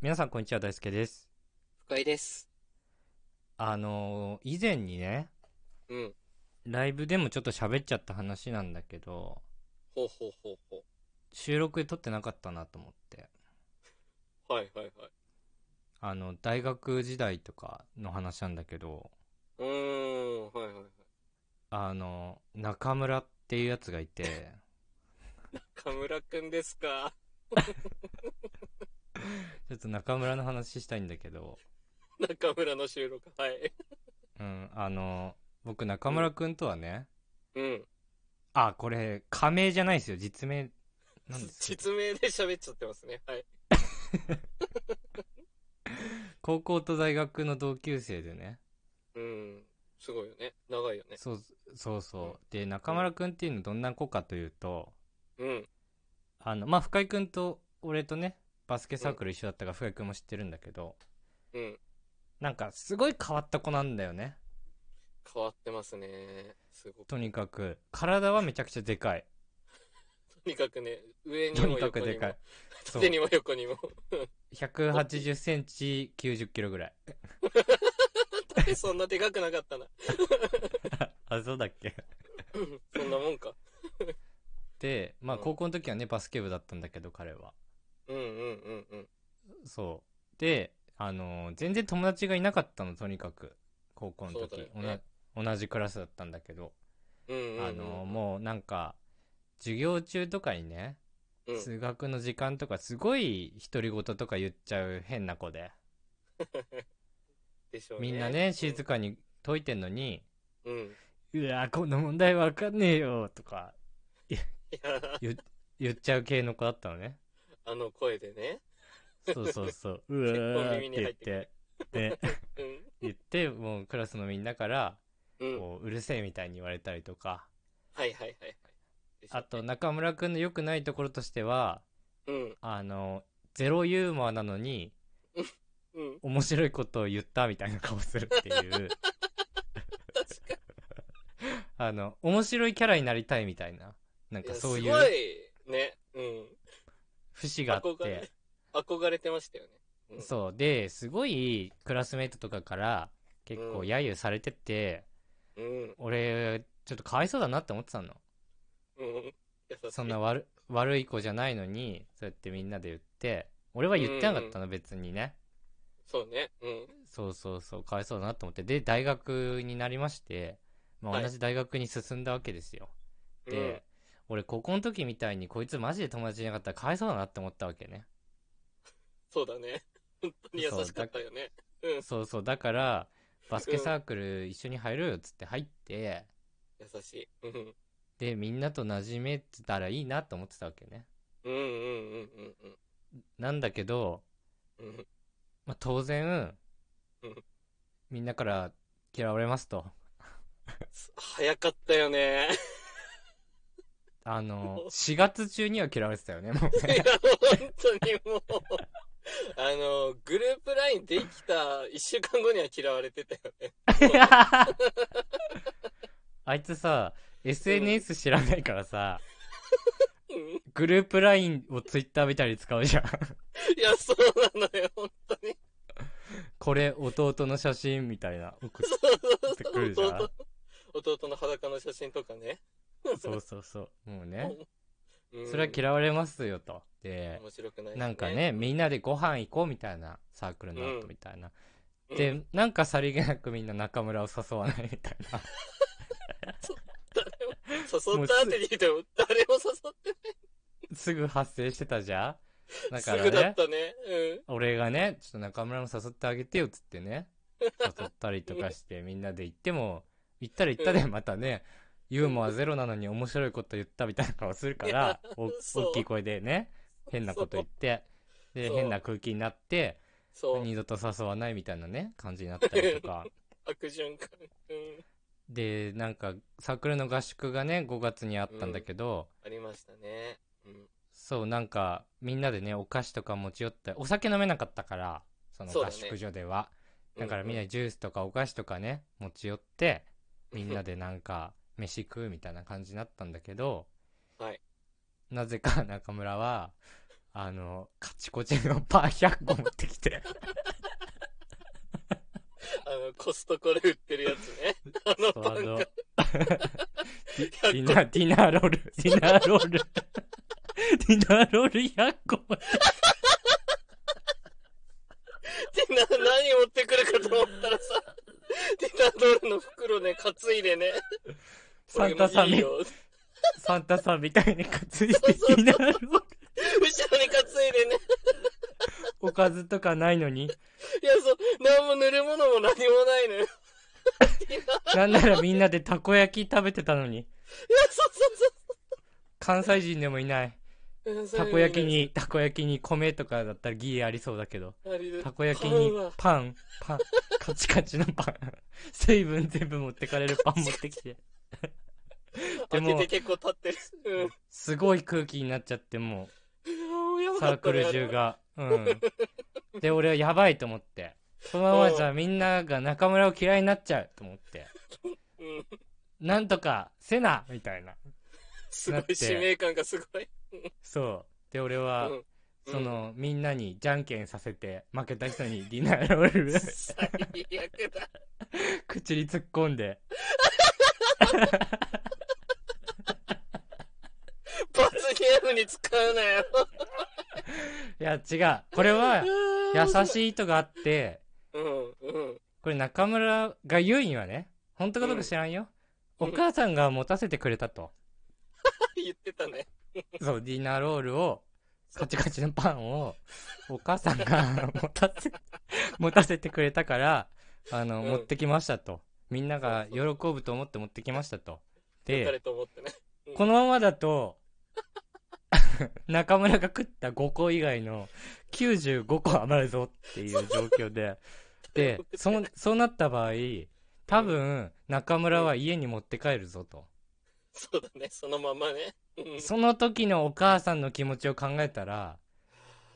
皆さんこんにちは大輔です深井です。あのー以前にねうん。ライブでもちょっと喋っちゃった話なんだけどほうほうほうほ収録で撮ってなかったなと思ってう。はいはいはい。あの大学時代とかの話なんだけどうーん、はいはいはい。あの中村っていうやつがいて 中村くんですか。 ちょっと中村の話したいんだけど中村の収録。はい。うんあの僕中村くんとはね、うん。あこれ仮名じゃないですよ実名なん ですけど実名で喋っちゃってますね。はい。高校と大学の同級生でねうん。すごいよね。長いよね。そうそうそうで中村くんっていうのどんな子かというとうん。あのまあ深井くんと俺とねバスケサークル一緒だったから深井くんも知ってるんだけどうん。なんかすごい変わった子なんだよね変わってますね。すごく。ととにかく体はめちゃくちゃでかいにかくね、上にともにか横くにでかもい。そう縦にも横にも。 1 8 0ンチ9 0キロぐらい縦そんなでかくなかったな。あそうだっけうんそんなもんか。でまあうん高校の時はねバスケ部だったんだけど彼はうんうんうんうん。そうであのー全然友達がいなかったのとにかく高校のそう時、だよねおな同じクラスだったんだけど、うんうん、うん。あのーもうなんか授業中とかにね、うん、数学の時間とかすごい独り言とか言っちゃう変な子で、でしょうね。みんなね静かに解いてんのにうん。う「うん。わーこの問題わかんねえよ」とかいやー、言っちゃう系の子だったの ねあの声でね。そうそうそう「うわ 結構ー」って耳に言入っってくるてでうん。言ってもうクラスのみんなからうん。こううるせえみたいに言われたりとかはいはいはいはい。でしょあと、中村くんの良くないところとしては、うん、あの、ゼロユーモアなのに、うん、面白いことを言ったみたいな顔するっていう。あの、面白いキャラになりたいみたいな。なんいかやそういすごうい、ね、うん。節があっ憧れて。、憧れてましたよね。うん、そう。で、すごいクラスメイトとかから結構うん揶揄されてて、う。うん、俺、ちょっとかわいそうだなって思ってたの。うん。優しい。そんな悪悪い子じゃないのに、そうやってみんなで言って、俺は言ってなかったの、別にね。そうね、うん。そうそうそう、かわいそうだなと思って。で、大学になりまして、まはあ、い同じ大学に進んだわけですよ。で、うん、俺、高校の時みたいに、こいつマジで友達いなかったらかわいそうだなって思ったわけね。そうだね。本当に優しかったよね。そうそう、だから、バスケサークル一緒に入ろうよっつって入って、優しい。うん、で、みんなと馴染めてたらいいなと思ってたわけね。うん、うん、うん、うん、うんなんだけど、うん。まあ、当然うん、みんなから嫌われますと。早かったよ ね。あの、4月中には嫌われてたよね、 もういやね。、本当にもう。あの、グループラインできた一週間後には嫌われてたよね。あいつさ、SNS 知らないからさ、うんグループ LINE を Twitter みたいに使うじゃん。いや、そうなのよ、本当に。これ、弟の写真みたいな、送そうそうってくそうる じゃん。弟弟の裸の写真とかね。そうそうそう。もうね、うんそれは嫌われますよと。で、面白くない、なんかね、。みんなでご飯行こうみたいな、サークルのう後んみたいな。うんで、なんかさりげなくみんな中村を誘わないみたいな。 誘った後にでも誰も誘ってすぐ発生してたじゃんだすからぐだっね、たね。うん。俺がね、ちょっと中村も誘ってあげてよっつってね、誘ったりとか して、みんなで行っても、行ったら行ったで、またね、ユーモアゼロなのに面白いこと言ったみたいな顔する から、おそう大きい声でね、変なこと言って、で、そう変な空気になって、そう。二度と誘わないみたいなね、感じになったりとか。 悪循環。うん。で、なんか、サークルの合宿がね、5月にあったんだけど、ありましたね。うん。そう、なんか、みんなでね、お菓子とか持ち寄って、お酒飲めなかったから、そのそうだ合ね宿所では。だからみんうなジュースとかお菓子とかね、持ち寄って、みんなでなんか、飯食うみたいな感じになったんだけど、はいなぜか中村は、あの、カチコチのパン100個持ってきて、 あの、コストコで売ってるやつね。あのそパうあンの、がディディナー、ディナーロール、ディナーロール、 ディナーロール100個持ってでな、何持ってくるかと思ったらさ、ディナードールの袋ね、担いでね。サンタさんこれみもいいよサンタさんみたいに担いでそうそうそうディナーロール、後ろに担いでね。おかずとかないのに、いや、そう、何も塗るものも何もないのよ。いなや、んならみんなでたこ焼き食べてたのに、そうそうそう。関西人でもいない。たたこ焼きに、たこ焼きに米とかだったらギリありそうだけど、たこ焼きにパン、パン、 カチカチのパン、 水分全部持ってかれるパン持ってきて、ででもも開けて結構立ってるうんすごい空気になっちゃってもい やもうやばう、かサーったクねル中が。 うん。で、俺はやばいと思って、このままじゃみんなが中村を嫌いになっちゃうと思って、あれうんなんとかせなみたいな。すごないって使命感がすごいそう。で、俺うは、んその、みんなにじゃんけんさせて、負けた人にディナーロール、 最悪だ口に突っ込んで、罰ゲームに使うなよいや、違う。これは、優いしい意図があって、うんうん これ中村が言うにはね、本当かどうか知らんよ。うんお母さんが持たせてくれたと。言ってたねそう、ディナーロールを、カチカチのパンを、お母さんが持たせ、持たせてくれたから、あの、うん持ってきましたと。みんなが喜ぶと思って持ってきましたと。で、彼と思ってねこのままだと、 中村が食った5個以外の95個余るぞっていう状況 で、で、そう、そうなった場合、多分、中村は家に持って帰るぞと。そうだねそのままねうんその時のお母さんの気持ちを考えたら、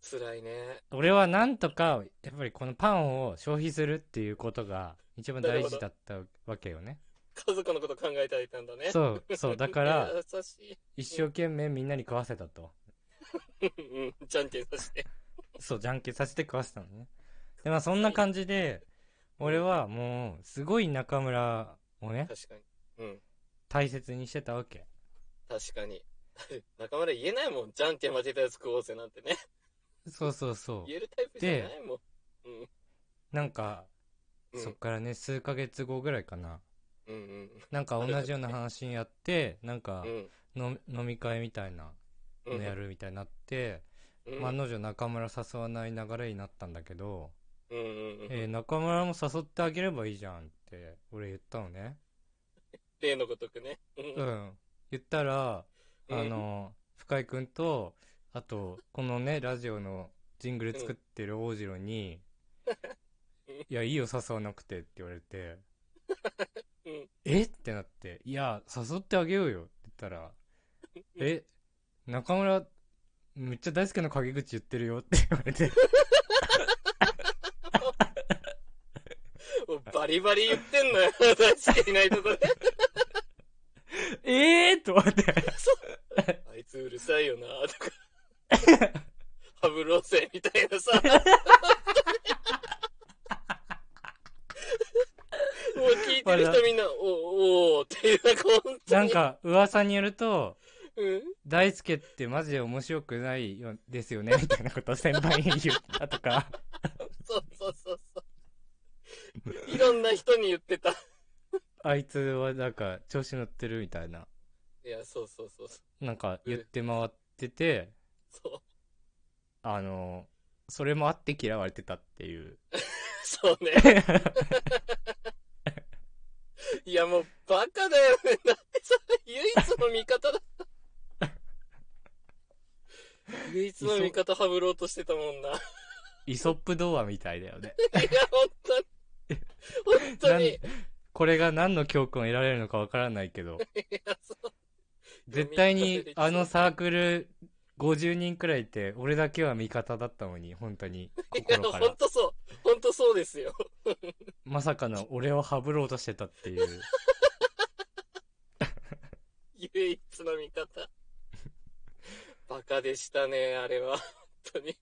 辛いね俺はなんとか、やっぱりこのパンを消費するっていうことが一番大事だったわけよね。家族のこと考えてあげたんだねそう、そう、だからい、や 優し一生懸命みんなに食わせたと。いうんじゃんけんさせてそう、じゃんけんさせて食わせたのね。で、まあそんな感じで、俺はもう、すごい中村をね、確かにうん大切にしてたわけ。確かに。 中村言えないもん。じゃんけん負けたやつ食おうぜなんてね。そうそうそ言えるタイプじゃないもん。うん。う。なんか、うんそっからね、数ヶ月後ぐらいかな。うんうん。なんか同じような話やって、なんかう、ん。の飲み会みたいなうのん。やるみたいになって、うん。まあ、案の定中村誘わない流れになったんだけど、うんうんうん。えー中村も誘ってあげればいいじゃんって、俺言ったのね。例のごとくね。う。うんん。言ったら、あうん、の、深井くんと、あと、このね、ラジオのジングル作ってる大次郎 に、うんいや、いいよ、誘わなくてって言われて、 うんえってなって、いや、誘ってあげようよって言ったら、え、中村、めっちゃ大輔の陰口言ってるよって言われ て、もうバリバリ言ってんのよ。 大好きいない とこで。えーと思って、あいつうるさいよな、とか。 ハブローセみたいなさ。もう聞いてる人みんな、お、おーっていう、なんか本当なに。んか、噂によると、うん、大輔ってマジで面白くないよですよね、みたいなことを先輩に言ったとか、そうそうそうそう。いろんな人に言ってた。あいつはなんか調子乗ってるみたいな、いや、そうそうそうそなんか言って回ってて、う。あの、それもあって嫌われてたっていう。そう。そうね。いや、もう、バカだよね。だってさ、唯一の味方だ。唯一の味方はぶろうとしてたもんな。いイソップ童話みたいだよね。や、本当に。本当に。いなんこれが何の教訓を得られるのかわからないけど、や、そう。絶対にあのサークル50人くらいいて、俺だけは味方だったのに、本当に、いや、心か本ら。当そう。本当そうですよ。まさかの俺をハブろうとしてたっていう。唯一の味方。バカでしたね、あれは。当に。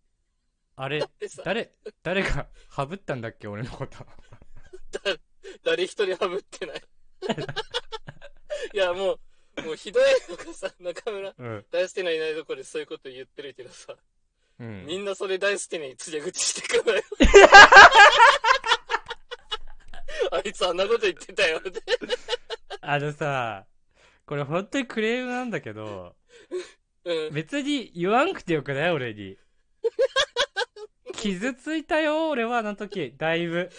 あれだってさ、誰誰がハブったんだっけ俺のこと誰一人ハブってない。 いや、もう、もうひどいのがさ、中村、うん大捨てないいないとこでそういうこと言ってるけどさ、うみんんなそれ大捨てにつや口してくの よ。あいつあんなこと言ってたよって。あのさこれ本当にクレームなんだけどうん。別に言わんくてよくない俺に傷ついたよ俺はあの時だいぶ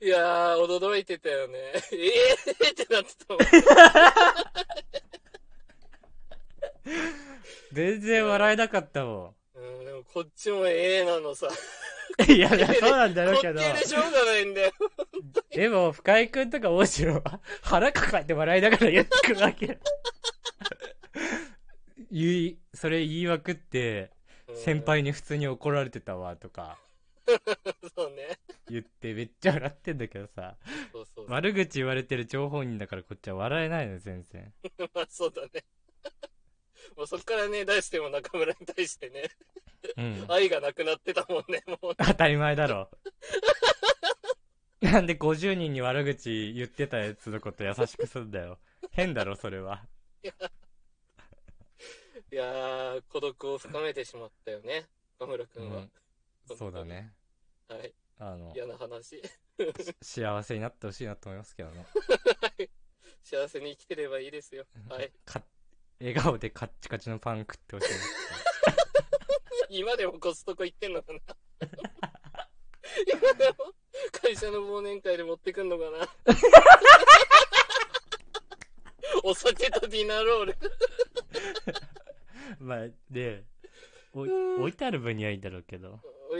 いやー、驚いてたよね。ええー、ってなってたもん。全然笑えなかったもうん、でもこっちもええなのさ。こんいやそうなんだろうっけけどでしょうがないんだよ。でも深井君とか大城は腹抱えて笑いながら言ってくるわけ言いそれ言いまくって先輩に普通に怒られてたわとかうん。そうね。言ってめっちゃ笑ってんだけどさそうそうそう。ま悪口言われてる情報人だからこっちは笑えないの全然 あ、そうだね。もうそっからね、大しても中村に対してね、うん愛がなくなってたもんね、もう。当たり前だろ なんで50人に悪口言ってたやつのこと優しくすんだよ変だろそれはいやー、孤独を深めてしまったよね、中村くんは。うんそうだねはい。あの嫌な話。 幸せになってほしいなと思いますけどね幸せに生きてればいいですよ。はい。か笑顔でカッチカチのパン食ってほしいです今でもコストコ行って んのかな今でも会社の忘年会で持ってくんのかな お酒とディナーロール。まあでおいうん置いてある分にはいいんだろうけど